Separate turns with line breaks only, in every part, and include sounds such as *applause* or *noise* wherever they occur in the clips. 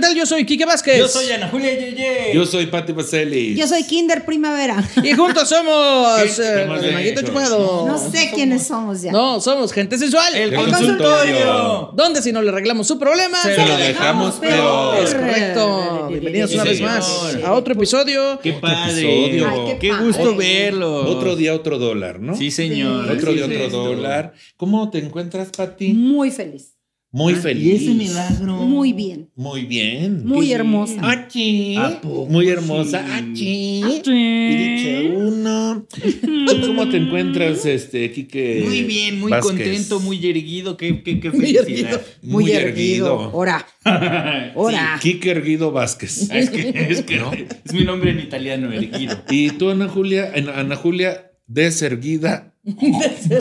tal? Yo soy Quique Vázquez.
Yo soy Ana Julia Yeye.
Yo soy Pati Pacelli.
Yo soy Kinder Primavera.
Y juntos somos.
¿Qué?
eh,
¿Qué más
el
de
Manguito
eso?
Chupado.
No sé quiénes somos ya.
No, somos gente sensual.
El
El
consultorio.
consultorio.
¿Dónde si no le arreglamos su problema?
Se
Se lo dejamos peor.
Es correcto. Bienvenidos una
Sí,
vez
señor.
más a otro episodio.
Qué
episodio.
Ay,
padre.
qué
Qué
padre.
gusto verlo.
Otro día, otro dólar, ¿no?
Sí, señor.
Otro
Así
día, otro
es esto.
dólar. ¿Cómo te encuentras, Pati?
Muy feliz.
Muy
Ah, Y
feliz.
ese milagro.
Muy bien.
Muy bien.
Muy hermosa.
Achi.
¿A poco
Muy hermosa.
sí?
Achi. Y dice
uh,
*laughs*
uno. ¿Tú cómo te encuentras, este, Quique?
Muy bien, muy
Vázquez?
contento, muy erguido. Qué, qué, qué
Muy
felicidad.
Muy,
Muy
erguido.
erguido. *laughs*
Ora. Ora.
Quique Erguido
*laughs* *laughs*
Vázquez.
Es que, es que es mi nombre en italiano, erguido.
*laughs*
Y tú, Ana Julia, Ana Ana Julia, deserguida.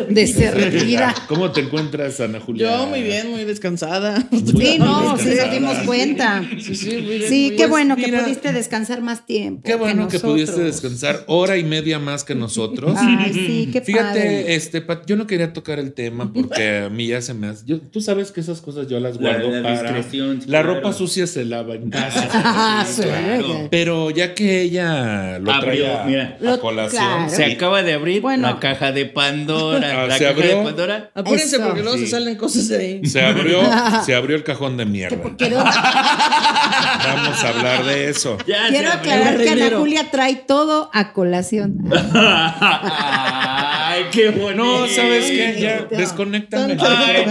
De servida.
¿Cómo te encuentras, Ana Julia?
Yo muy bien, muy descansada.
Sí, no, sí nos
descansada.
dimos cuenta.
Sí, sí, muy bien,
Sí,
muy
qué
bien.
bueno que
pues, mira.
pudiste descansar más tiempo.
Qué bueno que,
nosotros.
pudiste descansar hora y media más que nosotros.
*laughs* Ay, sí, qué
*laughs* Fíjate,
padre.
este, Pat, yo no quería tocar el tema porque a mí ya se me hace. yo- tú sabes que esas cosas yo las guardo
la
para.
discreción,
la
claro.
ropa sucia se
*laughs*
lava en casa.
Ah, sí,
claro.
oye.
Pero ya que ella lo
Abrió,
traía
mira.
Lo-
a colación,
claro.
Se acaba de abrir
Bueno.
la caja de Pandora.
Ah,
la
se
caja de
abrió.
Pandora.
Apúrense
Eso.
porque luego se
Sí.
salen cosas de ahí.
se
*laughs*
abrió, se abrió el cajón de mierda. *laughs*
Quiero,
Vamos a hablar de eso.
Ya
quiero
se abrió.
aclarar que Ana
Dinero.
Julia trae todo a colación.
*laughs* Ay, qué bonito.
No, ¿sabes qué? Ya,
Bonito.
desconéctame.
Ay,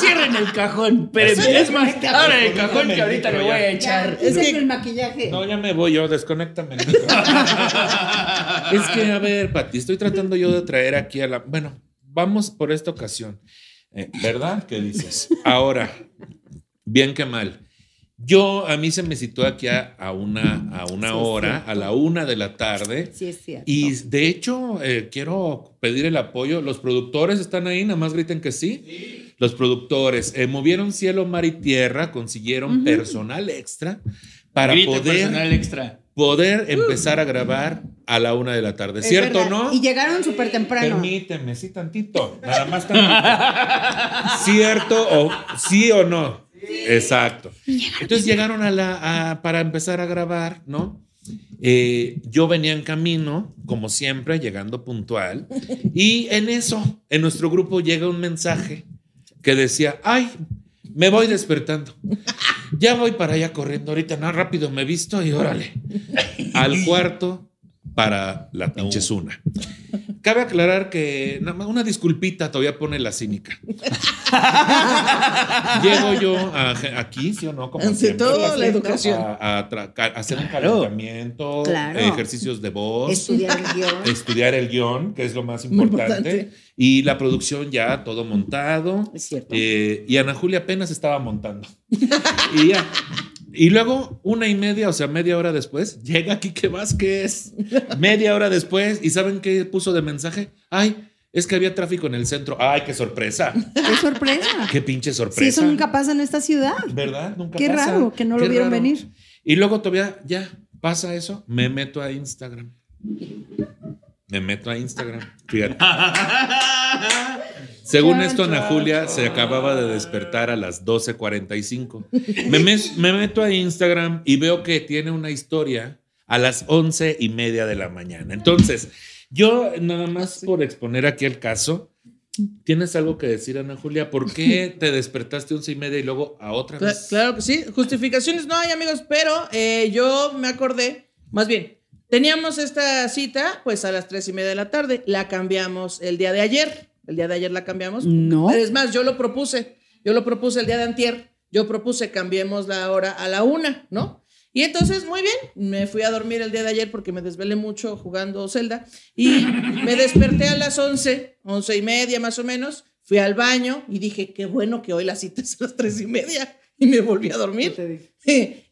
cierren el cajón. Pero es más, abran el cajón que ahorita me voy a echar.
Es
que-
el maquillaje.
No, ya me voy yo, desconéctame. es que, a ver, Pati, estoy tratando yo de traer aquí a la. Bueno, vamos por esta ocasión. Eh, ¿Verdad? ¿Qué dices? Ahora, bien que mal. Yo, a mí se me sitúa aquí a, a una, a una
Sí, es
hora,
cierto.
a la una de la tarde.
Sí, es cierto.
Y de hecho, eh, quiero pedir el apoyo. Los productores están ahí, nada más griten que sí. Los productores eh, movieron cielo, mar y tierra, consiguieron personal extra para
Grita
poder,
personal extra.
poder empezar a grabar a la una de la tarde.
Es
¿Cierto
verdad.
no?
Y llegaron súper temprano.
Permíteme, sí, tantito. Nada más tantito. ¿Cierto o sí o no? Exacto. Entonces llegaron a la a- para empezar a grabar, ¿no? Eh, yo venía en camino, como siempre, llegando puntual. Y en eso, en nuestro grupo llega un mensaje que decía, ay, me voy despertando. Ya voy para allá corriendo ahorita, no, rápido me visto y órale. Al cuarto para la pinche Zuna. Cabe aclarar que nada más una disculpita todavía pone la cínica. Llego yo a- aquí, ¿sí o no? Como
Ante
siempre,
todo,
a-
la educación.
A, a tra- ca- hacer un
Claro.
calentamiento,
Claro.
eh, ejercicios de voz
Estudiar el
*laughs*
guión.
estudiar el guión, que es lo más
Muy
importante,
importante.
y la producción ya todo montado.
Es cierto.
Eh, y Ana Julia apenas estaba montando. *laughs* y ya. Y luego, una y media, o sea, media hora después, llega Quique
*laughs*
Vázquez. Media hora después, ¿y saben qué puso de mensaje? Ay, es que había tráfico en el centro. Ay, qué sorpresa.
Qué sorpresa.
Qué pinche sorpresa.
Si eso nunca pasa en esta ciudad.
¿Verdad? Nunca
Qué
pasa.
raro que no lo
Qué
vieron
raro.
venir.
Y luego todavía, ya, pasa eso, me meto a Instagram. Me meto a Instagram.
*laughs*
Fíjate. Según esto, Ana Julia se acababa de despertar a las 12.45. Me, mes- me meto a Instagram y veo que tiene una historia a las once y media de la mañana. Entonces, yo nada más por exponer aquí el caso, ¿tienes algo que decir, Ana Julia?
*laughs*
¿Por qué te despertaste once y media y luego a otra
Cla-
vez?
claro que sí. Justificaciones no hay, amigos, pero eh, yo me acordé, más bien, teníamos esta cita pues a las tres y media de la tarde. La cambiamos el día de ayer. El día de ayer la cambiamos.
No.
Es más, yo lo propuse. Yo lo propuse el día de antier. Yo propuse cambiemos la hora a la una, ¿no? Y entonces, muy bien, me fui a dormir el día de ayer porque me desvelé mucho jugando Zelda y me desperté a las 11, 11 y media más o menos. Fui al baño y dije, qué bueno que hoy la cita es a las 3 y media. Y *laughs* me volví a dormir.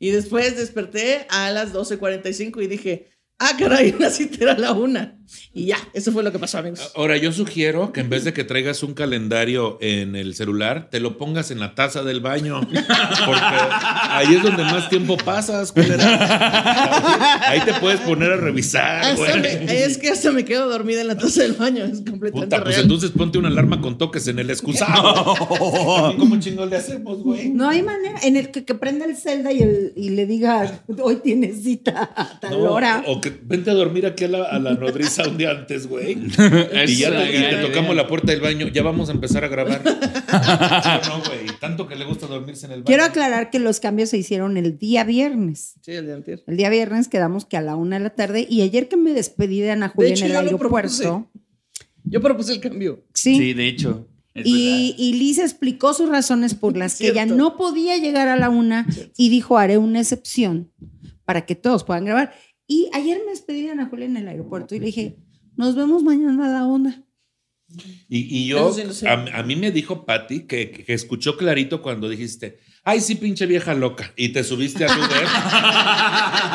Y después desperté a las 12.45 y dije, Ah, caray, una cita era a la una. Y ya, eso fue lo que pasó, amigos.
Ahora, yo sugiero que en vez de que traigas un calendario en el celular, te lo pongas en la taza del baño. Porque ahí es donde más tiempo pasas, culera. Ahí te puedes poner a revisar,
Hasta
Ah, güey.
me- es que hasta me quedo dormida en la taza del baño. Es completamente
Puta, pues
real.
entonces ponte una alarma con toques en
*laughs*
el *laughs* excusado. ¿Cómo chingón le hacemos, güey?
No hay manera en el que, que prenda el celda y, el- y le diga, *laughs* hoy tienes cita a tal
No,
hora.
O que vente a dormir aquí a la, a la nodriza un día antes, güey. Y ya te, y te tocamos la puerta del baño. Ya vamos a empezar a
*laughs*
grabar. Sí, no, güey. Tanto que le gusta dormirse en el baño.
Quiero aclarar que los cambios se hicieron el día viernes.
Sí, el de antier.
El día viernes quedamos que a la una de la tarde y ayer que me despedí de Ana Julia
hecho,
en el
yo lo
aeropuerto.
Yo propuse el cambio.
Sí.
Sí, de hecho. es
Y, y Liz explicó sus
*laughs*
razones por las que ella
Cierto.
no podía llegar a la una y dijo, haré una excepción para que todos puedan grabar. Y ayer me despedí de Ana Julia en el aeropuerto y le dije, nos vemos mañana a
*laughs*
la una.
Y, y yo,
Eso sí lo sé.
a, a mí me dijo Patty que, que escuchó clarito cuando dijiste, ay, sí, pinche vieja loca, y te subiste a tu
*laughs*
Uber.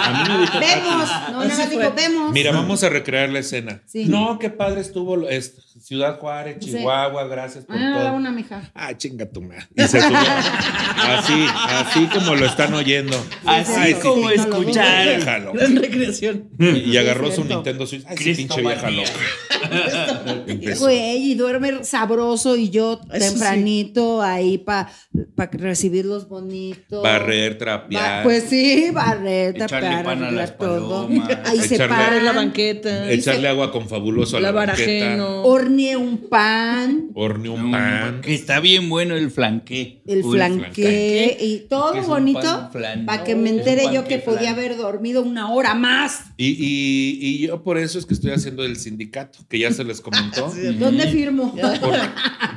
a mí me dijo,
Vemos, no,
Así
nada más
fue.
dijo, vemos.
mira, vamos a recrear la escena.
Sí.
No, qué padre estuvo lo- es- Ciudad Juárez,
Sí.
Chihuahua, gracias por
Mañana a la
todo.
una, mija.
Ah, chinga tu madre. Y se subió. así, así como lo están oyendo.
Así
pues
Ay, sí,
como
pinche
escucharon.
*laughs*
vieja loca.
Gran recreación.
Y agarró su
cierto.
Nintendo Switch. Ay, sí,
Cristo
pinche vieja
María.
loca. Empezó.
Güey, y duerme sabroso y yo
Eso
tempranito ahí para recibirlos bonitos.
Barrer, trapear.
Ba- Pues sí, barrer,
Echarle
tapear,
pan a
arreglar
las
todo.
palomas.
Ahí se
Echarle-
paran.
Parar la banqueta.
Echarle agua con fabuloso a la
lavar
banqueta.
ajeno.
Horneé un pan,
Horne un
No,
pan.
Que está bien bueno el flanqué.
el
Uy,
flanqué y
Que
todo
es un
bonito
pan flan.
para que
No,
me
es un
entere
pan
yo que
que flan.
podía haber dormido una hora más.
Y, y- y yo por eso es que estoy haciendo el sindicato, que ya se les comentó.
¿Dónde firmo? *laughs*
Por-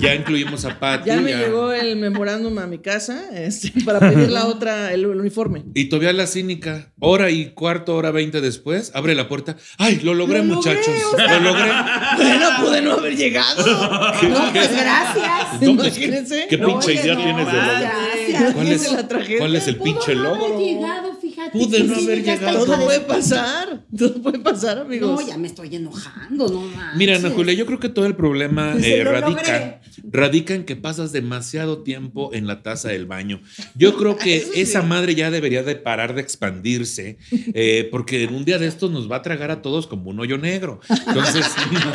ya incluimos a Patty.
Ya me
ya-
llegó el memorándum a mi casa este, *laughs* para pedir la otra, el, el uniforme.
Y todavía la cínica, hora y cuarto, hora veinte después, abre la puerta. ¡Ay, lo logré,
Lo logré,
muchachos!
o sea-
¡Lo logré!
Bueno, pude no haber llegado.
No, pues gracias.
¿Dónde-
Imagínense.
¿Qué
No,
pinche
oye,
idea
no,
tienes de logro?
gracias.
¿Cuál
¿Quién
es,
se la trajeron?
cuál es el
Pudo
pinche
no haber
logro?
llegado, fíjate.
Pude
que
no
sí
haber
llegaste,
llegado.
hija
Todo
de-
puede pasar. Todo puede pasar, amigos.
No, ya me estoy enojando, no más.
Mira, Ana Julia, yo creo que todo el problema
Pues,
eh,
lo
radica, radica en que pasas demasiado tiempo en la taza del baño. Yo
*laughs*
creo que
Eso sí.
esa madre ya debería de parar de expandirse, eh, porque en un día de estos nos va a tragar a todos como un hoyo negro. *laughs* Entonces,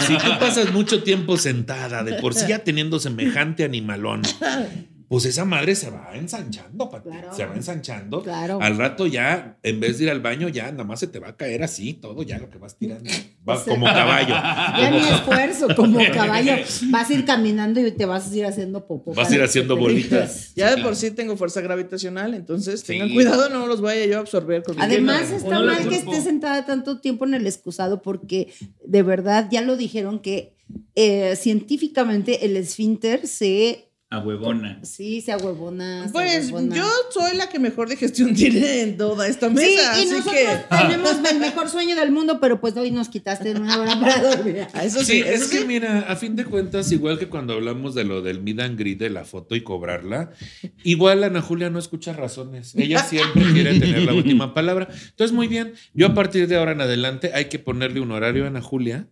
si tú pasas mucho tiempo sentada, de por sí ya teniendo semejante
*laughs*
animalón. Pues esa madre se va ensanchando, Pati.
Claro.
Se va ensanchando.
Claro.
Al rato ya, en vez de ir al baño, ya nada más se te va a caer así todo, ya lo que vas
*laughs*
tirando. Va
Exacto.
como caballo.
Ya
*laughs*
ni esfuerzo, como caballo. Vas a ir caminando y te vas a ir haciendo popó.
Vas a
para
ir
que
haciendo
te-
bolitas.
Ya de por sí tengo fuerza gravitacional, entonces
Sí.
tengan cuidado, no los vaya yo a absorber con mi
Además,
pierna.
está
no la
mal que
culpo.
esté sentada tanto tiempo en el excusado porque de verdad ya lo dijeron que eh, científicamente el esfínter se,
A
*laughs*
huevona.
sí, se ahuevona. se
Pues
ahuevona.
yo soy la que mejor de gestión *laughs* tiene en toda esta mesa,
Sí, y
así
nosotros
que
tenemos el mejor sueño del mundo, pero pues hoy nos quitaste una hora para dormir.
Ah, eso sí,
Sí, es
eso
que
sí.
mira, a fin de cuentas, igual que cuando hablamos de lo del mid and greet, de la foto y cobrarla, igual Ana Julia no escucha razones. Ella
*laughs*
siempre quiere tener la última palabra. Entonces, muy bien, yo a partir de ahora en adelante hay que ponerle un horario a Ana Julia.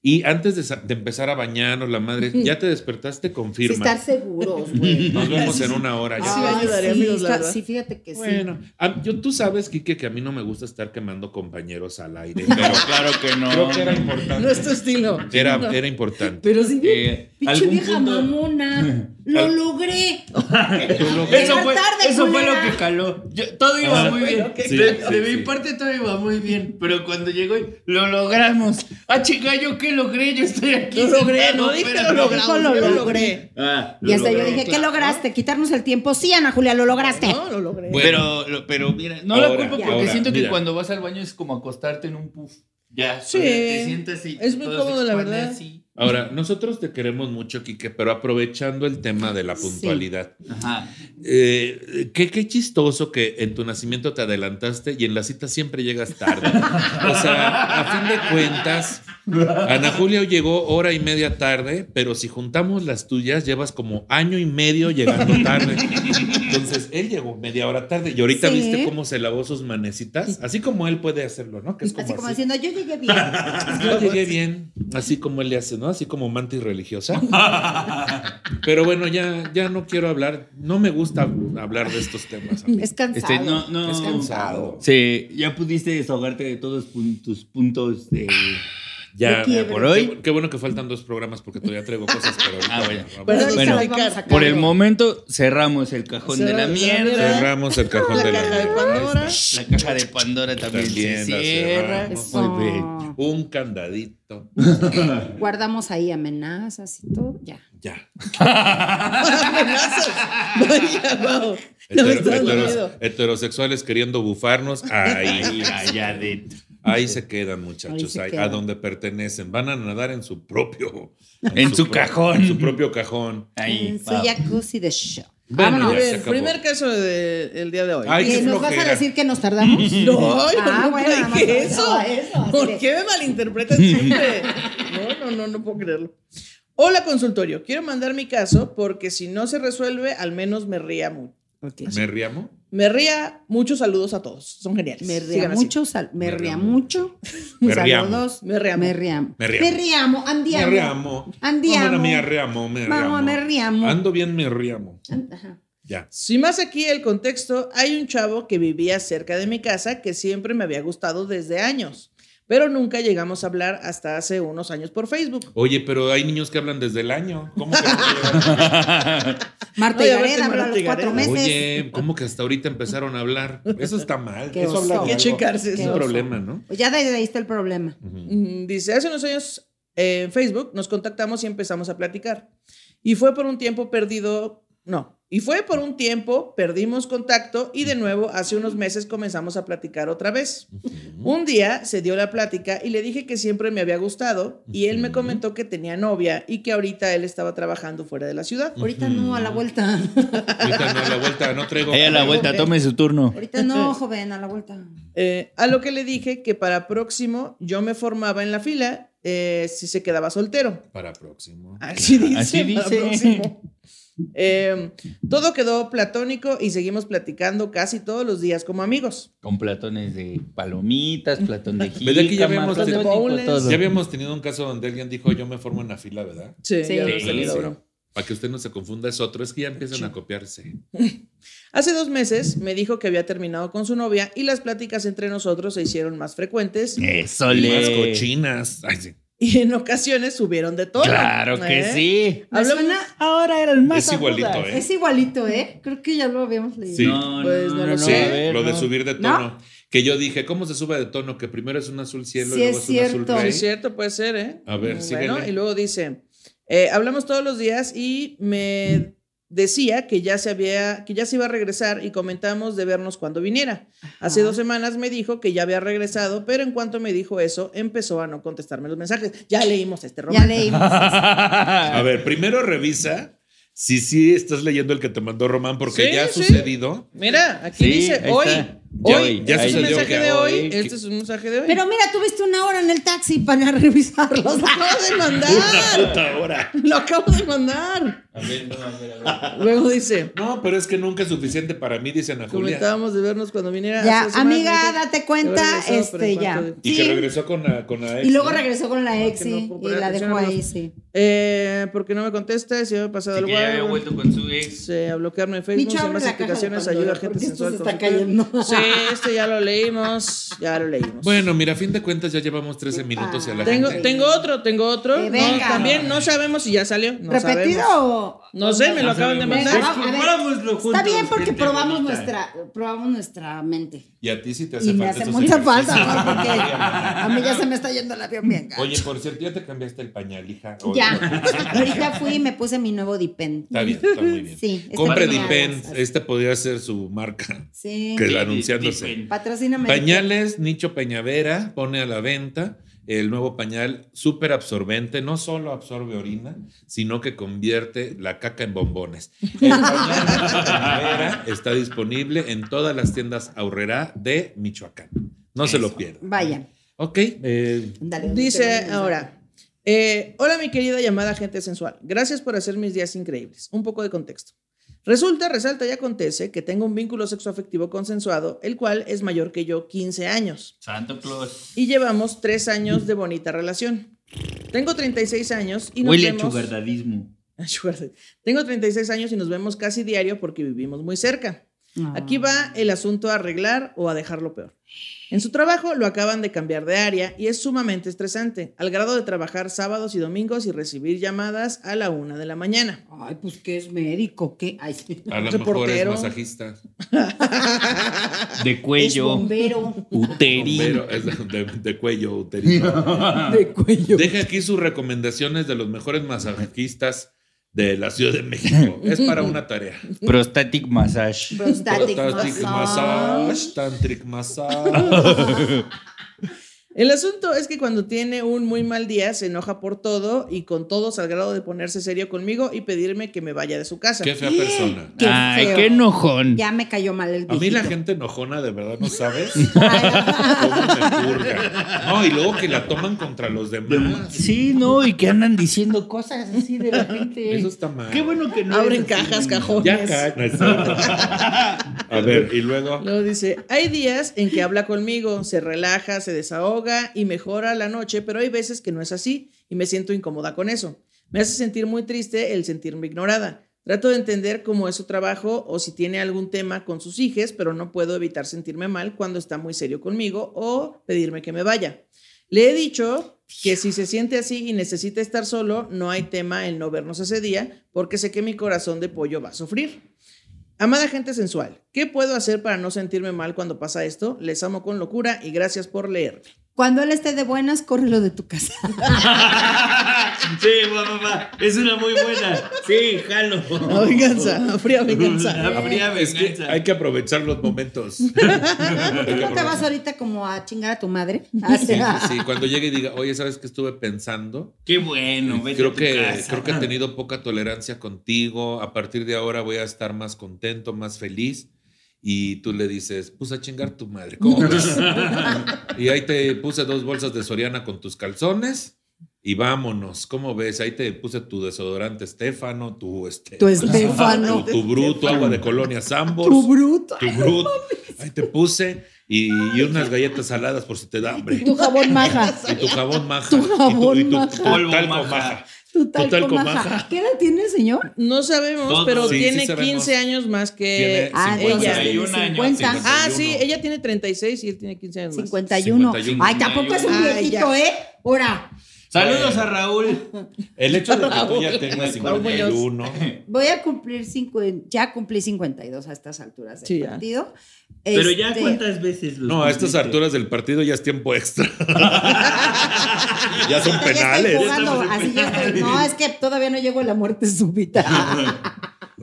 Y antes de, sa- de empezar a bañarnos, la
*laughs*
madre, ya te despertaste,
Sí,
confirma.
estar seguros, güey.
*laughs* Nos vemos en una hora.
*laughs*
ya.
Sí, Ah,
Ay,
ayudaría,
sí,
amigos, la
está-
verdad.
sí, fíjate que sí.
Bueno, a- yo, tú sabes, Quique, que a mí no me gusta estar quemando compañeros al aire, pero
claro que no.
creo que era importante.
no es tu estilo. No.
Era, era importante.
Pero sí,
Eh,
pinche
algún
vieja
punto-
mamona. Lo
Al-
logré.
Tú lo-
Eso
Llegar
fue,
tarde,
eso fue
culera.
lo que caló. Yo- todo iba
Ajá.
muy bien.
Sí,
de
sí,
de
sí.
mi parte todo iba muy bien. Pero cuando llegó, lo logramos. Ah, chica, yo qué logré, yo estoy aquí.
Lo logré,
sentado,
no dije
espérame.
lo logramos,
Lo
yo lo
logré.
logré.
Ah, lo
Y hasta yo
logré.
dije, ¿qué lograste? Quitarnos el tiempo. Sí, Ana Julia, lo lograste.
No, lo logré.
Bueno.
Pero, lo- pero mira, no
Ahora,
lo culpo porque
ahora,
siento que
mira.
cuando vas al baño es como acostarte en un puff. Ya,
Sí.
o sea, te sientas y
Es muy
todo se
cómodo, la
expande
verdad.
así.
Ahora, nosotros te queremos mucho, Quique, pero aprovechando el tema de la
Sí.
puntualidad.
Ajá.
eh, qué, qué chistoso que en tu nacimiento te adelantaste y en la cita siempre llegas tarde. O sea, a fin de cuentas, Ana Julia llegó hora y media tarde, pero si juntamos las tuyas, llevas como año y medio llegando tarde. Entonces, él llegó media hora tarde y ahorita
Sí.
viste cómo se lavó sus manecitas, así como él puede hacerlo, ¿no? Que es como
Así como
así.
diciendo, yo llegué bien.
Yo llegué bien, así como él le hace, ¿no? Así como mantis religiosa. Pero bueno, ya, ya no quiero hablar, no me gusta hablar de estos temas. amigo.
Es cansado.
Este, no, no.
Es cansado.
Sí, ya pudiste desahogarte de todos pun- tus puntos de.
Ya,
Yo quiebro.
por hoy.
Qué, qué bueno que faltan dos programas porque todavía traigo cosas, pero ahorita
Ah, bueno.
vamos.
Pero ahorita
Bueno,
las vamos a
por
Por el momento, cerramos el cajón de la
Cerramos la
mierda.
mierda.
Cerramos el cajón
La
de
caja de
la *laughs*
Pandora. *laughs*
La caja de Pandora también se
También la
cierra.
cerramos.
Muy bien.
Un candadito.
Guardamos ahí amenazas y todo, ya.
Ya.
Amenazas. Vaya, wow. Ya me
Hetero-
estás
heteros-
dormido.
heterosexuales queriendo bufarnos. Ahí,
Ahí, allá adentro.
ahí se quedan, muchachos.
Ahí se
ahí- A
quedan.
donde pertenecen. Van a nadar en su propio.
En su
pro-
cajón.
En su propio cajón.
Ahí.
en su
va.
jacuzzi de show.
Bueno,
Muy
Vámonos.
ya. se
bien,
acabó.
primer caso del día de hoy.
Ay,
¿Y
qué
¿Nos vas a
flojera.
decir que nos tardamos?
No, yo
Ah,
nunca
bueno, nada más
dije eso.
pensaba eso, así
¿Por
de-
qué me malinterpretan siempre? No, no, no, no puedo creerlo. Hola, consultorio. Quiero mandar mi caso porque si no se resuelve, al menos me ría mucho.
¿Me riamo?
Me ría. Muchos saludos a todos. Son geniales.
Me ría
Sigan así.
mucho, sal- me
Me
ría
riamo.
mucho.
Me riamo.
Saludos.
Me riamo.
Me riamo.
Me riamo.
Me riamo,
Me
andiamo.
riamo.
Andiamo.
Mamma mia, riamo, me
Mamma,
riamo.
me riamo.
Ando bien, me riamo.
Ajá.
Ya.
Sin más aquí el contexto, hay un chavo que vivía cerca de mi casa que siempre me había gustado desde años, pero nunca llegamos a hablar hasta hace unos años por Facebook.
Oye, pero hay niños que hablan desde el año. ¿Cómo que no llegaron?
Marta
Oye,
y
a ver,
Gareda,
Marta
habló a los
y
cuatro
Gareda.
*laughs* meses.
Oye, ¿cómo que hasta ahorita empezaron a hablar? Eso está mal.
Qué
Eso
oso.
habla de
Hay que
algo.
checarse
Es
eso.
un problema, ¿no?
Pues Ya desde ahí está el problema.
Ujú.
Mm, Dice, hace unos años eh, en Facebook nos contactamos y empezamos a platicar. Y fue por un tiempo perdido, no, y fue por un tiempo, perdimos contacto y de nuevo hace unos meses comenzamos a platicar otra vez. Un día se dio la plática y le dije que siempre me había gustado y él me
Ujú.
comentó que tenía novia y que ahorita él estaba trabajando fuera de la ciudad.
Ahorita no, a la vuelta.
Ahorita no, a la vuelta, no traigo.
Ahí a la vuelta, tome su turno.
*laughs*
Ahorita no, joven, a la vuelta.
Eh, a lo que le dije que para próximo yo me formaba en la fila eh, si se quedaba soltero.
Para próximo.
*laughs* Así dice.
Así
para
dice.
*laughs* próximo. Eh, todo quedó platónico y seguimos platicando casi todos los días como amigos.
Con platones de palomitas, platón de
¿Verdad que ya
jícama,
habíamos
platón
tenido-
de todo.
Ya habíamos tenido un caso donde alguien dijo, yo me formo en la fila, ¿verdad?
Sí,
Sí.
ya
Sí,
había salido
sí.
uno.
Para que usted no se confunda, es otro. Es que ya empiezan a copiarse.
Hace dos meses me dijo que había terminado con su novia y las pláticas entre nosotros se hicieron más frecuentes
Eso
Más
le.
cochinas. Ay, sí.
y en ocasiones subieron de todo.
Claro que
¿eh?
sí.
Me
Hablamos-
suena-
Ahora era el
Es igualito,
agudas.
¿eh?
Es igualito, ¿eh? Creo que ya lo habíamos leído.
Sí.
No,
Pues,
no,
no
no,
lo
no,
sé.
a ver,
Lo de
no. *laughs*
subir de tono. Que yo dije, ¿cómo se sube de tono? Que primero es un azul cielo
Sí,
y luego
es
es un azul
cierto.
Sí,
rey.
Es cierto, puede ser, ¿eh?
A ver,
Bueno,
síguele.
y luego dice, eh, hablamos todos los días y me decía que ya se había, que ya se iba a regresar y comentamos de vernos cuando viniera. Hace
Ajá.
dos semanas me dijo que ya había regresado, pero en cuanto me dijo eso, empezó a no contestarme los mensajes. Ya leímos este
Ya
romance.
leímos.
A
A
ver, primero revisa si sí estás leyendo el que te mandó Román, porque
Sí,
ya ha
sí.
sucedido.
Mira, aquí
Sí,
dice
ahí
hoy.
está.
Hoy,
Ya hoy,
este
ya
es un
sucedió
mensaje
que
de hoy,
hoy,
este
que-
es un mensaje de hoy. *laughs*
Pero mira, tuviste una hora en el taxi para *laughs* revisarlos.
lo acabo de mandar,
Ahora.
*laughs* lo acabo de mandar.
ver, no, a ver, a ver.
Luego dice,
No, pero es que nunca es suficiente para mí, dicen a Julia.
comentábamos de vernos cuando viniera.
Ya,
hace dos semanas,
amiga,
me dijo
date
que
cuenta,
regresó,
este,
pero en
ya.
cuanto de-
Y que
Sí.
regresó con la, con la ex,
Y luego
¿no?
regresó con la ex
Porque no
sí,
puedo
y
parar
la
de
dejó ahí,
echarlos.
sí.
Eh, porque no me contesta, si me he pasado
Así
el
que ya había
guardo.
vuelto con su ex.
Se, a bloquearme en Facebook,
Micho,
sin
abre
más
la caja de
aplicaciones,
Pandora,
ayuda a gente
porque esto
sensual.
se
con
está
su-
cayendo.
Sí, esto ya lo leímos, ya lo leímos.
Bueno, mira, a fin de cuentas ya llevamos 13 minutos y a la
tengo,
gente.
tengo otro, tengo otro.
Que
No,
Eh, venga.
también no sabemos si ya salió. No
¿Repetido
sabemos.
Ah, o.?
No sé, me lo
No
acaban de
sabemos.
mandar.
Venga, a ver,
Descubrámoslo
Está
juntos,
bien porque
gente
probamos
bonita.
nuestra, probamos nuestra mente.
Y a ti sí te hace
Y me
falta.
hace
esos
mucha falta,
ejercicios. *laughs*
¿no? Porque a mí ya se me está yendo el avión bien. gacho.
Oye, por cierto, ya te cambiaste el pañal, hija. O-
*laughs* Ya,
*laughs*
ahorita fui y me puse mi nuevo Dipen.
Está bien, está muy bien.
Sí, está
Compre
genial.
Dipen. Esta este podría ser su marca.
Sí.
Que
eh,
la anunciándose.
Patrocíname.
Pañales Nicho Peñavera pone a la venta el nuevo pañal súper absorbente. No solo absorbe orina, sino que convierte la caca en bombones. El pañal Nicho Peñavera está disponible en todas las tiendas Aurrera de Michoacán. No se lo pierdan.
Vaya.
Ok. eh,
Dale,
Dice
dale.
ahora. eh, hola mi querida llamada gente sensual, gracias por hacer mis días increíbles. Un poco de contexto. Resulta, resalta y acontece que tengo un vínculo sexoafectivo consensuado, el cual es mayor que yo 15 años
Santo Claus.
y llevamos tres años de bonita relación. Tengo 36 años y nos
Huele a
vemos...
chugardadismo.
*laughs* Sugar daddy. Tengo 36 años y nos vemos casi diario porque vivimos muy cerca. Aquí va el asunto a arreglar o a dejarlo peor. En su trabajo lo acaban de cambiar de área y es sumamente estresante, al grado de trabajar sábados y domingos y recibir llamadas a la una de la mañana.
Ay, pues que es médico, que ay, sí.
A lo mejor es
Reportero.
masajista.
De
es
cuello.
bombero
Uterino.
Bombero, es de, de- de cuello uterino.
de cuello.
Deja aquí sus recomendaciones de los mejores masajistas de la Ciudad de México. Es para una tarea.
Prostatic massage.
Prostatic
Tantric
massage.
massage. Tantric massage.
El asunto es que cuando tiene un muy mal día se enoja por todo y con todos al grado de ponerse serio conmigo y pedirme que me vaya de su casa.
Qué fea persona.
Qué
Ay,
feo.
qué enojón.
Ya me cayó mal el
A mí *laughs* la Pues gente enojona, de verdad, no sabes cómo me purga. No, y luego que la toman contra los demás.
Sí, no, y que andan diciendo cosas así de la gente.
Eso está mal.
Qué bueno que no.
Abren
eres así.
cajas, cajones.
Ya cae. No es cierto. A ver, y luego.
Luego dice, hay días en que habla conmigo, se relaja, se desahoga y mejora la noche, pero hay veces que no es así y me siento incómoda con eso. Me hace sentir muy triste el sentirme ignorada. Trato de entender cómo es su trabajo o si tiene algún tema con sus hijas, pero no puedo evitar sentirme mal cuando está muy serio conmigo o pedirme que me vaya. Le he dicho que si se siente así y necesita estar solo, no hay tema el no vernos ese día, porque sé que mi corazón de pollo va a sufrir. Amada gente sensual, ¿qué puedo hacer para no sentirme mal cuando pasa esto? Les amo con locura y gracias por leer.
Cuando él esté de buenas, córrelo de tu casa.
Sí, mamá, es una muy buena. Sí, jalo.
La venganza, a fría venganza.
La fría
Es que
venganza.
hay que aprovechar los momentos.
*laughs*
Sí,
¿Tú no te vas ahorita como a chingar a tu madre? Ah,
sí, sí. Cuando llegue y diga, oye, ¿sabes qué estuve pensando?
Qué bueno, vete a
creo
tu
que
casa.
creo que he tenido poca tolerancia contigo. A partir de ahora voy a estar más contento, más feliz. Y tú le dices, puse a chingar tu
*laughs*
madre. ¿Cómo ves?" y ahí te puse dos bolsas de Soriana con tus calzones y vámonos. ¿Cómo ves? Ahí te puse tu desodorante Estefano, tu este,
Tu
tu,
Estefano.
tu bruto, agua de colonia Sambor,
Tu
tu,
bruto.
bruto. Ahí te puse y, y unas galletas saladas por si te da hambre.
Tu jabón maja.
*laughs* Y tu jabón maja.
Tu
y tu-
jabón
y tu,
maja.
Polvo
talco
maja.
maja.
Tu talco,
talco
maja.
maja.
¿Qué edad tiene el señor?
No sabemos,
Todos.
pero
Sí, sí
tiene
sabemos.
15 años más que...
Tiene-
Ah,
ella.
entonces tiene
51 años,
50.
sí,
Ah,
51.
sí, ella tiene 36 y él tiene 15 años más.
51.
51.
Ay, tampoco es un
Ay,
viejito,
ya.
¿eh? Ahora,
Saludos a Raúl.
El hecho de que tú ya
Raúl.
tengas
Raúl Muñoz.
51.
voy a cumplir 50, ya cumplí 52 a estas alturas del
Sí, ya.
partido.
*laughs* Pero ya
Este,
cuántas veces los
No, a estas
cumpliste?
alturas del partido ya es tiempo
*laughs*
extra. ya son
ahorita ya estoy
penales.
jugando,
Estamos en
así ya estoy-
penales.
no, es que todavía no llego a la muerte súbita.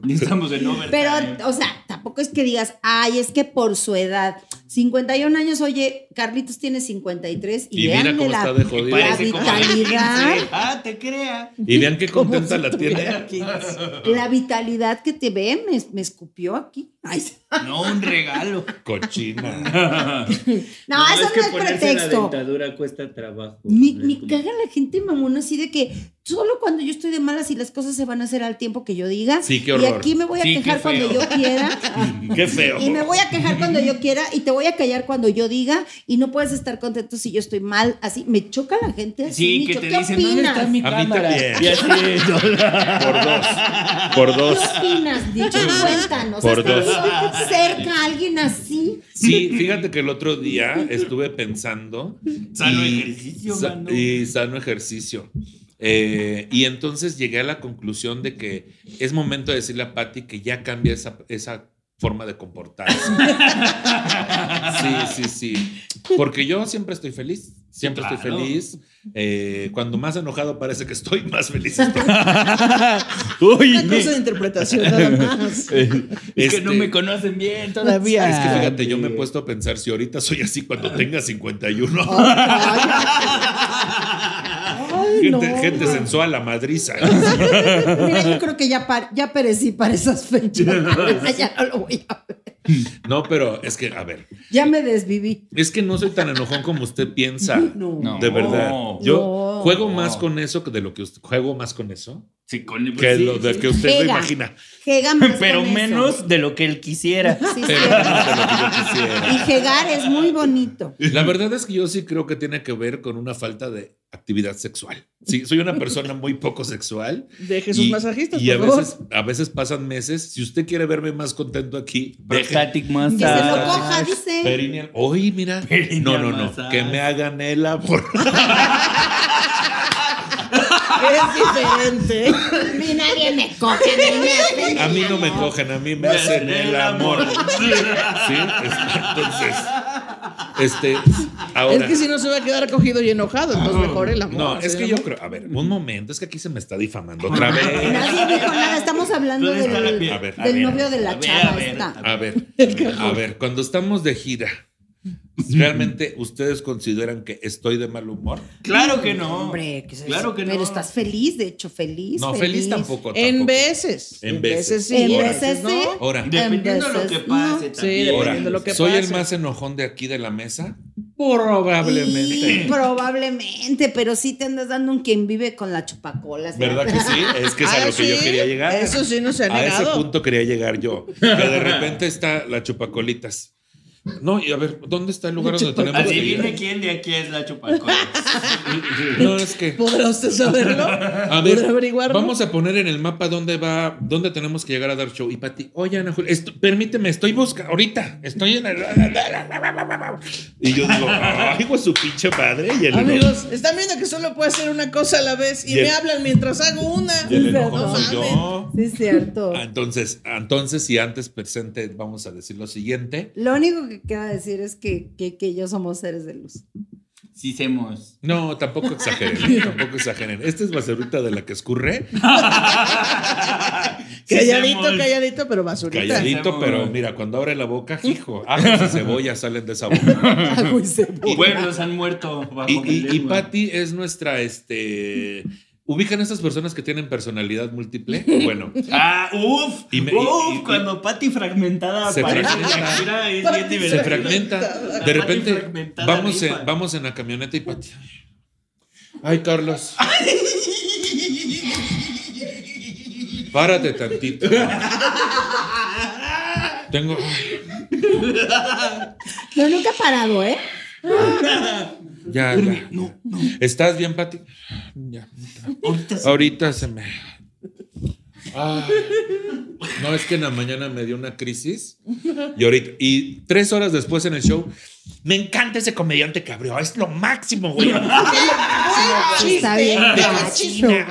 Ya Estamos en overtime.
Pero, o sea, tampoco es que digas, ay, es que por su edad, 51 años, oye, Carlitos tiene 53 y,
Y mira
veanle
cómo
la,
está de jodido.
la
Parece como de 15. *laughs*
vitalidad,
Ah, te crea.
*laughs*
Y vean qué
Como
contenta
si
la
tuviera
tiene.
15.
la vitalidad que te ve, me, me escupió aquí. Ay,
No, un regalo.
*laughs*
Cochina.
no, eso no es pretexto.
dentadura cuesta trabajo.
Me, me caga la gente mamona así de que solo cuando yo estoy de malas y las cosas se van a hacer al tiempo que yo diga.
Sí, qué
y
horror.
aquí me voy a
Sí, qué
quejar cuando
feo.
yo quiera.
*laughs*
Qué feo.
Y me voy a quejar cuando yo quiera y te voy a callar cuando yo diga y no puedes estar contento si yo estoy mal así. Me choca la gente así.
Sí,
Nicho,
que te
¿Qué
dicen, ¿dónde
opinas?
está mi
A mí
cámara?
también.
Y *laughs* así, no,
Por dos. Por
¿Qué
dos.
opinas, Nicho? Cuéntanos.
Por
¿Has tenido
dos.
cerca a
*laughs*
alguien así?
Sí, fíjate que el otro
*laughs*
día estuve pensando.
Sano ejercicio, mano. *laughs*
Y sano ejercicio. Eh, y entonces llegué a la conclusión de que es momento de decirle a Patti que ya cambie esa, esa forma
*laughs*
de comportarse. sí, sí, sí. Porque yo siempre estoy feliz. Siempre estoy
Claro.
feliz. Eh, cuando más enojado parece que estoy, más feliz
*laughs*
estoy.
Uy,
Una cosa de interpretación nada más.
es que
Este,
no me conocen bien todavía.
Es que fíjate, yo me he puesto a pensar si ahorita soy así cuando tenga 51.
Ay,
gente
no,
gente
ma.
sensual, la madriza.
Mira, yo creo que ya, par- ya perecí para esas fechas. *laughs* ya no lo voy a ver.
No, pero es que, a ver,
Ya me desviví.
es que no soy tan enojón como usted piensa.
No.
No.
De verdad. Yo
No.
juego
No.
más con eso que de lo que usted juego más con eso
Sí, con pues,
que
sí,
lo de
sí.
que usted lo
Pega.
imagina.
Jega más
*laughs* Pero
con eso.
menos de lo que él
*laughs*
quisiera.
Sí,
Pero
sí.
no sé lo que yo quisiera.
Y jegar es muy bonito.
La verdad es que yo sí creo que tiene que ver con una falta de actividad sexual. Sí, soy una persona muy
*laughs*
poco sexual.
Deje sus
y-
masajistas,
y a
por favor.
veces, a veces pasan meses. Si usted quiere verme más contento aquí,
De
deje
Static Master.
Que se lo
Ah,
coja, dice.
Perineal. Oye, mira.
Perineal
no, no, no.
massage.
Que me hagan el amor. *laughs*
Es diferente.
A mí nadie me coge, a mí me hacen
A mí no me
el amor.
cogen, a mí me hacen el amor. Sí, es- entonces. Este, ahora. Ah.
Es que si no se va a quedar cogido y enojado, entonces mejor el amor.
no,
o sea,
es que
el
yo
amor.
creo. A ver, un momento, es que aquí se me está difamando otra vez.
Nadie dijo nada, estamos hablando
¿Dónde está la
del,
piel?
A ver, a
del
ver,
novio de
a
la
ver,
chava
a ver,
esta.
A ver, a ver, cuando estamos de gira, ¿realmente ustedes consideran que estoy de mal humor?
Claro que no.
Hombre, que se-
claro que no.
Pero estás feliz, de hecho, feliz.
No, feliz tampoco.
En
tampoco.
veces.
En veces.
sí.
En
ahora,
veces
¿no?
sí.
Ahora,
Dependiendo de
En
lo que
veces,
pase.
no.
Sí,
también.
dependiendo
Ahora,
de lo que
¿soy el
pase.
más enojón de aquí de la mesa? Probablemente.
Y probablemente, pero sí te andas dando un quien vive con la chupacola. ¿sí?
¿Verdad que sí? Es que es a
Ah,
lo que yo
sí,
quería llegar.
eso sí no se ha
A ese
negado.
punto quería llegar yo. Que de repente está la chupacolitas. No, y a ver, ¿dónde está el lugar donde tenemos que
Adivine
ir?
quién de aquí es la chupacola.
*laughs*
No, es que...
¿Podrá usted saberlo?
*laughs* A
¿Podrá
ver,
averiguarlo?
vamos a poner en el mapa dónde va, dónde tenemos que llegar a dar show. Y Pati, oye Ana Julia, esto- permíteme, estoy buscando, ahorita, estoy en el... Y yo digo, ay, hijo de su pinche madre. Y el
Amigos, están viendo que solo puedo hacer una cosa a la vez y,
Y el-
me hablan mientras hago una.
y el
No
enojón soy
mames.
yo.
*laughs* Sí, es cierto.
Ah, Entonces, entonces y antes presente, vamos a decir lo siguiente.
Lo único que queda decir es que, que, que yo somos seres de luz.
*laughs*
Sí, hacemos.
No, tampoco exageren, tampoco exageren. Esta es basurita de la que escurre,
Calladito, calladito, pero basurita.
calladito,
Hacemos-
pero mira, cuando abre la boca, hijo, ajos y cebolla salen de esa boca.
Ajo y cebolla.
Pueblos han muerto bajo
Y,
mi
y, y
lengua.
Patty es nuestra, este... ¿Ubican esas personas que tienen personalidad múltiple? Bueno,
Ah, uf,
Y me- y-
uf,
y- y-
cuando Pati fragmentada
Se
aparece en la
fragmenta.
gira es
Pati
bien divertido.
se *laughs* fragmenta. De
Patty
repente,
fragmentada
vamos
rifa.
en, vamos en la camioneta y Patty... Ay, Carlos,
*laughs*
párate tantito. Tengo...
No, nunca he parado, ¿eh?
Ya, ya. ¿Estás bien, Pati? Ya.
Ahorita sí.
Ahorita se me. Ah. No, es que en la mañana me dio una crisis. Y ahorita. Y tres horas después en el show. Me encanta ese comediante que abrió. Es lo máximo, güey.
Ah,
Está bien.
Ah,
gacho, güey.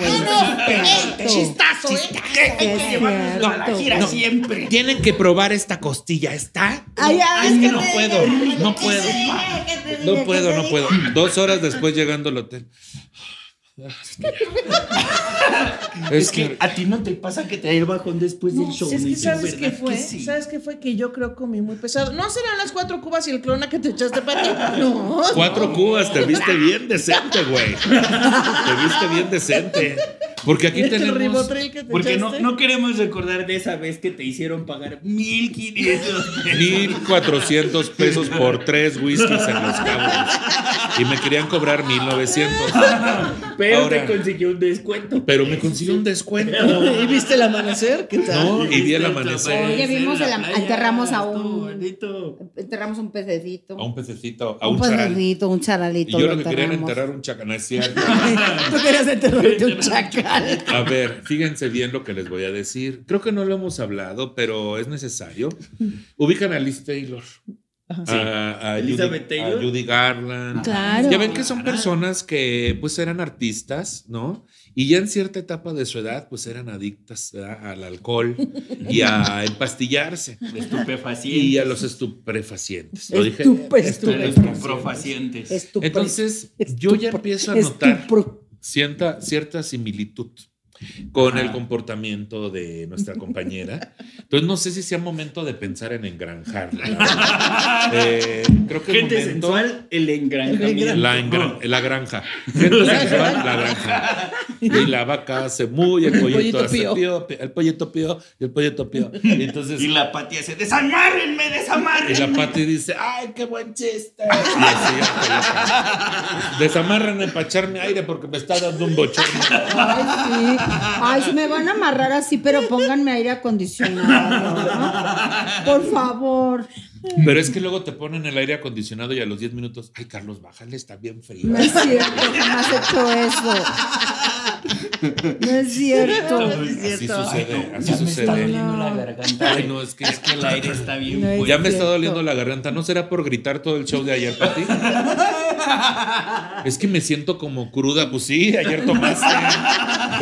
eh, Chistazo, ¿eh?
Es cierto.
gira siempre.
Tienen que probar esta costilla. ¿Está?
Ay, ya
Ay, es
ves
que
que
no
te
puedo.
dije,
No
que
puedo. Ah,
te dije, que te dije,
No
que
puedo,
te
no
dije.
puedo. Dos horas después llegando al hotel.
Es que a ti no te pasa que te da el bajón después del
No,
show.
si es
me
que
dices,
sabes qué
¿verdad
fue,
sí?
sabes qué fue que yo creo comí muy pesado. No serán las cuatro cubas y el clona que te echaste para ti. No.
Cuatro cubas, te viste bien decente, güey. Te viste bien decente. Porque aquí
El
tenemos.
ribotril que te
Porque no,
echaste.
no queremos recordar de esa vez que te hicieron pagar 1500 pesos.
1400 pesos por tres whiskies en los cabos. Y me querían cobrar 1900.
Pero
Ahora.
te consiguió un descuento.
Pero me consiguió un descuento.
¿Y viste el amanecer? ¿Qué tal? *laughs*
No, y vi el amanecer.
Oye, vimos
Este, En
el am-
playa,
enterramos a
estuvo
un-
bonito.
Enterramos un pececito.
A un pececito, a
un
un charal.
pececito, un charalito.
Y yo
lo
lo que quería era
enterramos.
enterrar un chacal. No es cierto.
Tú querías enterrarte un chacal.
A ver, fíjense bien lo que les voy a decir. Creo que no lo hemos hablado, pero es necesario. Ubican a Liz Taylor. A, a
Elizabeth
Judy,
Taylor.
a Judy Garland.
Claro.
Ya ven que son personas que pues eran artistas, ¿no? Y ya en cierta etapa de su edad pues eran adictas ¿verdad? al alcohol y a empastillarse
Estupefacientes.
y a los estupefacientes. Lo dije.
Estupe,
Estupe-
estupe.
estupefacientes.
Estupe.
Entonces yo ya
Estupro-
empiezo a notar
estupro-
sienta cierta similitud con
Ajá.
el comportamiento de
*laughs*
nuestra compañera. Entonces no sé si sea momento de pensar
*laughs*
en engranjarla. la verdad. Eh, creo que es
Gente
momento-
sensual, el engranjamiento.
La, engran- la granja. Gente sensual, la granja. Y la vaca hace muy, el pollito,
pollito
hace
pío.
pío, pío, el pollito pío, y el
*laughs*
pollito pío. Y entonces,
Y la patía se desamárrenme,
y la
desamárrenme.
pati dice, ¡ay, qué
*laughs*
buen chiste! Y así, hasta la- Desamárrenme para echarme aire porque me está dando un bochorno.
Ay, sí. Ay, si me van a amarrar así, pero pónganme aire acondicionado. ¿no? Por favor.
Pero es que luego te ponen el aire acondicionado y a los 10 minutos, ay, Carlos, bájale, está bien frío.
No es cierto, jamás he hecho eso. No es cierto.
No es
así
cierto.
ya
sucede, así
me está
sucede.
doliendo la garganta.
Ay, no, es que-
es que el aire está bien
No es-
fuerte.
Ya me está
cierto.
doliendo la garganta. ¿No será por gritar todo el show de ayer, Pati? es que me siento como cruda. Pues sí, ayer tomaste.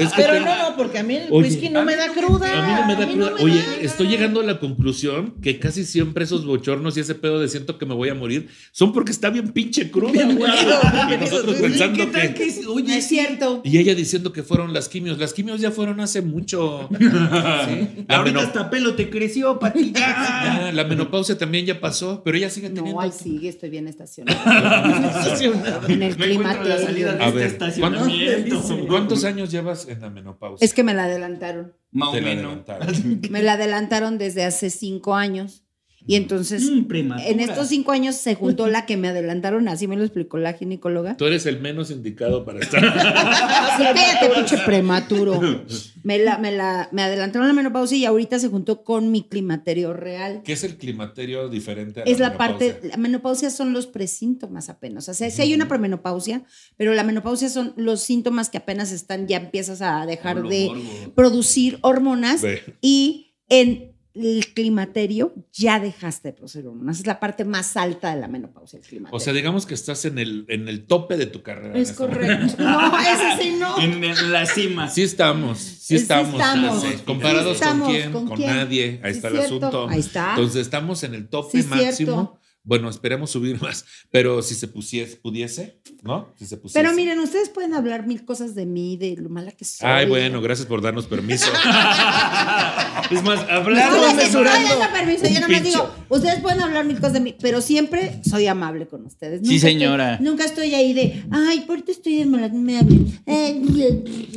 Es que
Pero
tengo-
no, no, porque a mí el
Oye,
whisky no me da cruda.
A mí no me da
A mí
cruda.
no me
Oye, *laughs*
da.
estoy llegando a la conclusión que casi siempre esos bochornos y ese pedo de siento que me voy a morir son porque está bien pinche cruda, güey.
Bienvenido,
Y
bienvenido.
nosotros
Oye,
pensando
¿Qué tal
que.
que es? Oye,
No es
sí.
cierto.
Y ella diciendo que fueron las quimios. Las quimios ya fueron hace *laughs* mucho. Sí. La,
Ahorita
meno-
hasta pelo te creció, *laughs* patita.
Ah, la menopausia también ya pasó, pero ella sigue teniendo.
No, ahí sigue, estoy
*laughs*
bien estacionada. En el
No
clima.
encuentro la salida de
A
este
ver,
estacionamiento.
¿Cuántos años llevas en la menopausia?
Es que me la adelantaron.
Más o
Te la
menos.
adelantaron.
Me la adelantaron desde hace cinco años. Y entonces,
Mm, prematura.
en estos cinco años se juntó la que me adelantaron, así me lo explicó la ginecóloga.
Tú eres el menos indicado para *laughs* estar.
Sí, cállate, pinche prematuro. Me, la, me, la, me adelantaron la menopausia y ahorita se juntó con mi climaterio real.
¿Qué es el climaterio diferente a la
Es la
menopausia?
parte, la menopausia son los presíntomas apenas. O sea, sí hay una premenopausia, pero la menopausia son los síntomas que apenas están, ya empiezas a dejar
Morbo,
de
morbo.
producir hormonas
Ve.
y en el climaterio ya dejaste de producir hormonas. Es la parte más alta de la menopausia, el climaterio.
O sea, digamos que estás en el, en el tope de tu carrera. en
es
este momento.
correcto. No, ese sí no.
En la cima.
Sí estamos, sí
Sí
estamos.
estamos.
sí, Comparados
Sí estamos,
con quién, con,
¿con quién?
nadie. Ahí
Sí,
está el
cierto.
asunto.
Ahí está.
Entonces estamos en el tope
Sí,
máximo.
cierto.
Bueno, esperemos subir *laughs* más, pero si se pusiese, pudiese, ¿no? Si se pusiese.
Pero miren, ustedes pueden hablar mil cosas de mí, de lo mala que soy.
Ay, bueno, gracias por
*laughs*
darnos permiso.
*laughs* Es más,
No,
hablar
Claro,
no, les estoy
mesurando.
dando permiso,
Un
yo nomás
pinche-
digo, ustedes pueden hablar mil cosas de mí, pero siempre soy amable con ustedes.
Sí, señora.
estoy- nunca estoy ahí de, ay, por qué estoy de malas, no me hablen. Eh,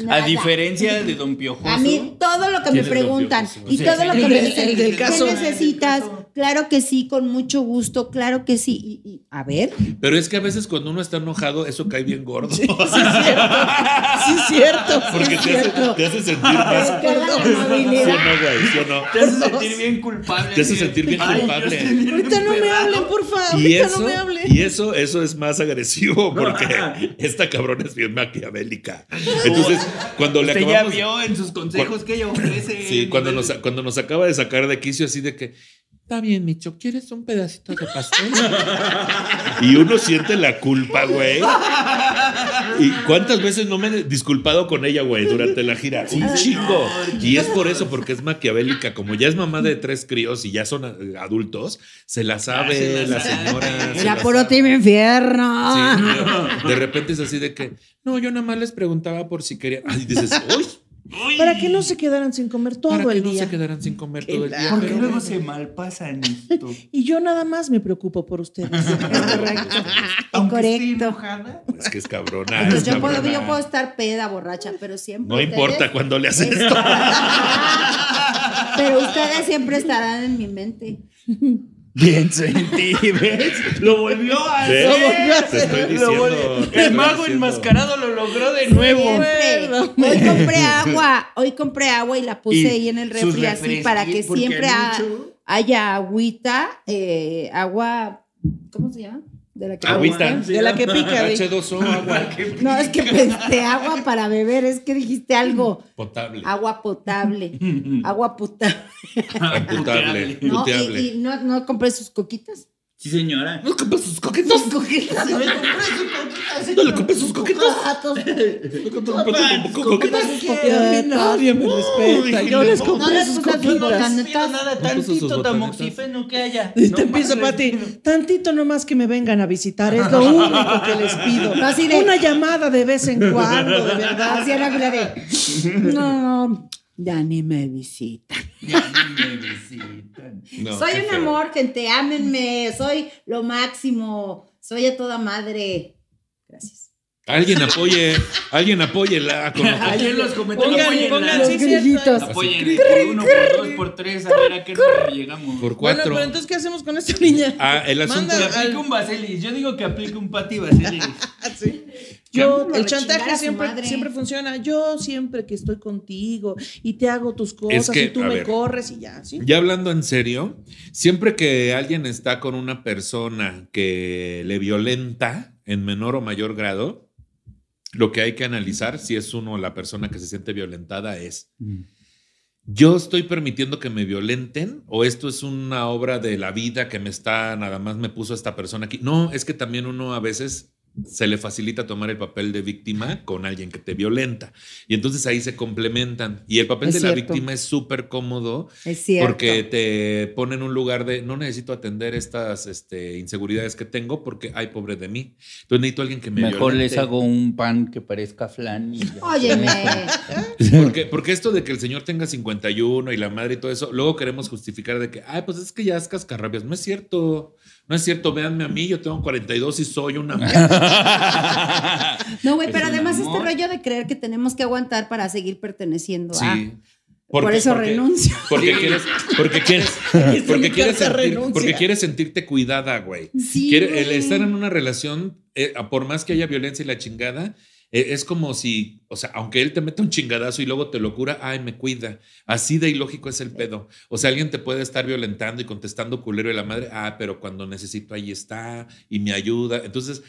a
nada.
diferencia de Don Piojoso.
A mí todo lo que
¿Quién
me
es Don
preguntan
Piojoso?
y
Sí,
todo
sí,
lo
el
que me
del-
dicen,
el del
¿qué
caso?
necesitas? Claro que sí, con mucho gusto, claro que sí. Y, y, a ver,
Pero es que a veces cuando uno está enojado, eso cae bien gordo.
Sí, es cierto. Sí, es cierto.
*laughs* Porque te hace, te hace sentir más.
me caga la
Ah, ¿Sí o
amabilidad.
no, güey? ¿Sí o no?
Te hace sentir bien culpable.
Te hace sentir bien
yo
culpable.
estoy bien
Ahorita no me
emperrado.
hablen, por favor.
Y
Ahorita
eso,
no me hablen.
y eso, eso es más
*laughs*
agresivo porque esta cabrona es bien maquiavélica. Entonces, cuando le
Usted ya
acabamos,
vio en sus consejos que ella ofrece.
sí, cuando nos, cuando nos acaba de sacar de quicio así de que está bien, Micho, ¿quieres un pedacito de pastel? *laughs* y uno siente la culpa, güey. ¿Y cuántas veces no me he disculpado con ella, güey, durante la gira? un chingo. Y es por eso, porque es maquiavélica. Como ya es mamá de tres críos y ya son eh, adultos, se la sabe
se la
la,
sabe.
señora. se
era
la
puro
sabe.
team infierno. *laughs*
Sí, pero de repente es así de que, no, yo nada más les preguntaba por si querían. Ay, *laughs* dices, uy,
Para que no se quedaran sin comer todo
para que
el
no
día.
se quedaran sin comer
Qué
todo el día.
largo.
Porque
Pero
luego
bueno.
se malpasan
*laughs*
esto.
Y yo nada más me preocupo por
*laughs*
ustedes.
Aunque esté
Correcto.
enojada.
Es que es cabrona.
Entonces,
es
yo, puedo,
cabrona.
yo puedo estar peda, borracha, pero siempre.
No
ustedes-
importa cuándo le haces esto.
*laughs* Pero ustedes siempre estarán en mi mente.
Bien *laughs* sentí, ¿ves? Lo volvió a
¿Ves?
Lo volvió a
Te estoy
hacer.
Lo
diciendo.
volvió-
te
El
estoy
mago
diciendo.
enmascarado lo logró de nuevo.
Siempre.
Perdóname.
Hoy compré agua, hoy compré agua y la puse
Y
ahí en el
sus
refri así
refresquis,
para que
porque
siempre ha-
mucho-
haya agüita, eh, agua, ¿cómo se llama? De la que
Agüita.
gusta.
De la que pica, güey.
H2O, agua
No, es que pensé agua para beber, es que dijiste algo.
potable.
Agua potable, agua potable.
Amputable.
No, y-
Puteable.
y, no, no compré sus coquitas.
Sí, señora.
No compré *laughs* sus coquetos.
Sus *laughs* coquitas.
No le compré sus coquetos.
*laughs*
No compré sus coquetos.
A mí nadie me respeta. Yo les
No
compré
les
sus
puse sus
coquitas.
botanetas.
No nada, tantito tamoxifeno que haya.
Y
No
te empiezo,
mames.
Pati. Tantito nomás que me vengan a visitar. Es
*laughs*
lo único que les pido.
No, así de-
Una llamada de vez en cuando, de verdad.
Así era la de. No, ya ni me visitan.
Ya ni me visitan.
No,
soy
qué
un
feo.
amor, gente. Ámenme. Soy lo máximo. Soy a toda madre. Gracias.
Alguien apoye, alguien apóyela
*laughs*
con lo
*laughs*
que
Ahí en los comentarios.
Pongan-
apóyenla.
pongan,
Los
sí, cierto.
grillitos.
Apoyen por uno, por dos, por tres, a ver a qué número llegamos.
Por
Bueno,
cuatro.
pero entonces, ¿qué hacemos con esta *laughs* niña?
Ah, el asunto-
Manda
Que
al-
aplique un Vaselis. Yo digo que aplique un Pati Vaselis.
Ah, sí. Yo,
Lo
el
rechingar a
chantaje
su madre.
siempre, siempre funciona. Yo siempre que estoy contigo y te hago tus cosas
que,
y tú
a
me
ver,
corres y ya, ¿sí?
Ya hablando en serio, siempre que alguien está con una persona que le violenta en menor o mayor grado, lo que hay que analizar si es uno la persona que se siente violentada es, ¿yo estoy permitiendo que me violenten o esto es una obra de la vida que me está, nada más me puso esta persona aquí? No, es que también uno a veces se le facilita tomar el papel de víctima con alguien que te violenta y entonces ahí se complementan y el papel
Es
de la
cierto.
víctima es súper cómodo
Es cierto.
porque te pone en un lugar de no necesito atender estas este, inseguridades que tengo porque ay, pobre de mí. Entonces necesito a alguien que me
Mejor
violente.
les hago un pan que parezca flan. y ya.
*laughs* Óyeme.
*laughs*
Porque, porque esto de que el señor tenga 51 y la madre y todo eso, luego queremos justificar de que ay, pues es que ya es cascarrabias. No es cierto. No es cierto. Véanme a mí, yo tengo 42 y
*laughs*
soy una.
No, güey,
Es
pero
un
además
amor.
este rollo de creer que tenemos que aguantar para seguir perteneciendo
Sí.
a. Ah. Por
Porque-
eso
porque-
renuncio.
Porque quieres, porque
*laughs*
quieres, porque
mi
quieres,
carta
sentir-
renuncia.
porque quieres sentirte cuidada, güey.
Sí,
Quiere-
güey.
el estar en una relación, eh, por más que haya violencia y la chingada, eh, es como si, o sea, aunque él te meta un chingadazo y luego te lo cura, ay, me cuida. Así de ilógico es el pedo. O sea, alguien te puede estar violentando y contestando culero de la madre, ah, pero cuando necesito ahí está y me ayuda. Entonces,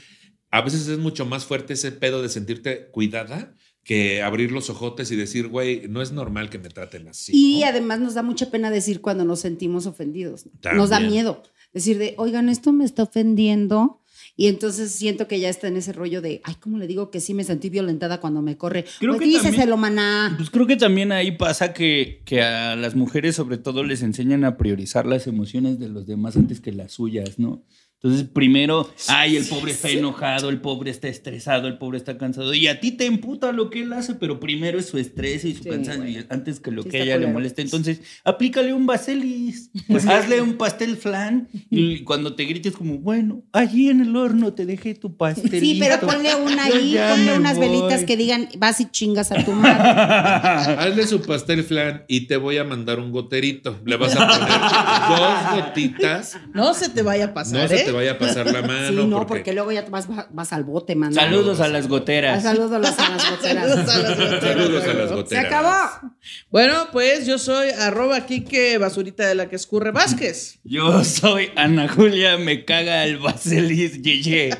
a veces es mucho más fuerte ese pedo de sentirte cuidada que abrir los ojotes y decir, güey, no es normal que me traten así.
Y
¿no?
además nos da mucha pena decir cuando nos sentimos ofendidos. Nos da
También.
miedo. Decir de, oigan, esto me está ofendiendo. Y entonces siento que ya está en ese rollo de, ay, ¿cómo le digo que sí me sentí violentada cuando me corre?
Creo
pues
que
díceselo, maná.
Pues creo que también ahí pasa que, que a las mujeres sobre todo les enseñan a priorizar las emociones de los demás antes que las suyas, ¿no? Entonces primero, ay, el pobre está enojado, el pobre está estresado, el pobre está cansado. Y a ti te emputa lo que él hace, pero primero es su estrés y su
Sí,
cansancio
güey.
y antes que lo
Sí,
que a
está
ella le
culero.
moleste. Entonces, aplícale un baselis,
*laughs*
hazle un pastel flan y cuando te grites como, bueno, allí en el horno te dejé tu pastel.
Sí, pero ponle una
Yo *laughs*
ahí,
ya
ponle
me
unas
voy.
velitas que digan, vas y chingas a tu *laughs* madre.
Hazle su pastel flan y te voy a mandar un goterito. Le vas a poner dos gotitas.
No se te vaya a pasar,
No se
¿eh?
te vaya a pasar
*laughs*
la mano.
Sí, no, porque,
porque,
luego ya te vas, vas al bote, maná.
Saludos a las goteras.
*laughs* Saludos a las, a las goteras.
Saludos a las goteras.
Saludos a las
Se
goteras.
acabó.
Bueno, pues yo soy arroba Quique Basurita de la que escurre Vázquez.
Yo soy Ana Julia, me caga el Basilis Yeye.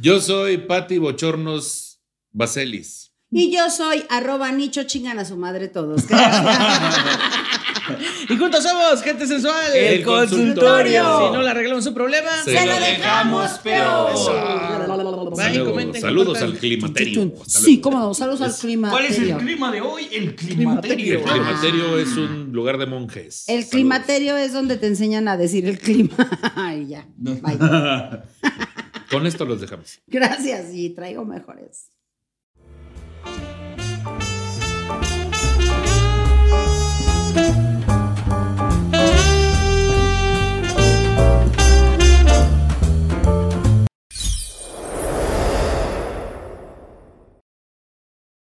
Yo soy Pati Bochornos Baselis.
Y yo soy arroba nicho, chingan a su madre todos. Gracias.
Y juntos somos gente sensual.
El
Si
consultorio.
no le arreglamos su problema,
Se
Se
lo
lo dejamos peor.
Eso. Vayan y
Saludos,
comenten,
saludos
compartan.
al climaterio. Hasta
Sí,
luego.
cómo no. Saludos al clima.
¿Cuál es el
clima?
clima de hoy? El climaterio.
El climaterio es un lugar de monjes.
Ah. El
Saludos.
climaterio es donde te enseñan a decir el clima. *laughs* Ay, ya. Bye.
Con esto los dejamos.
Gracias y traigo mejores.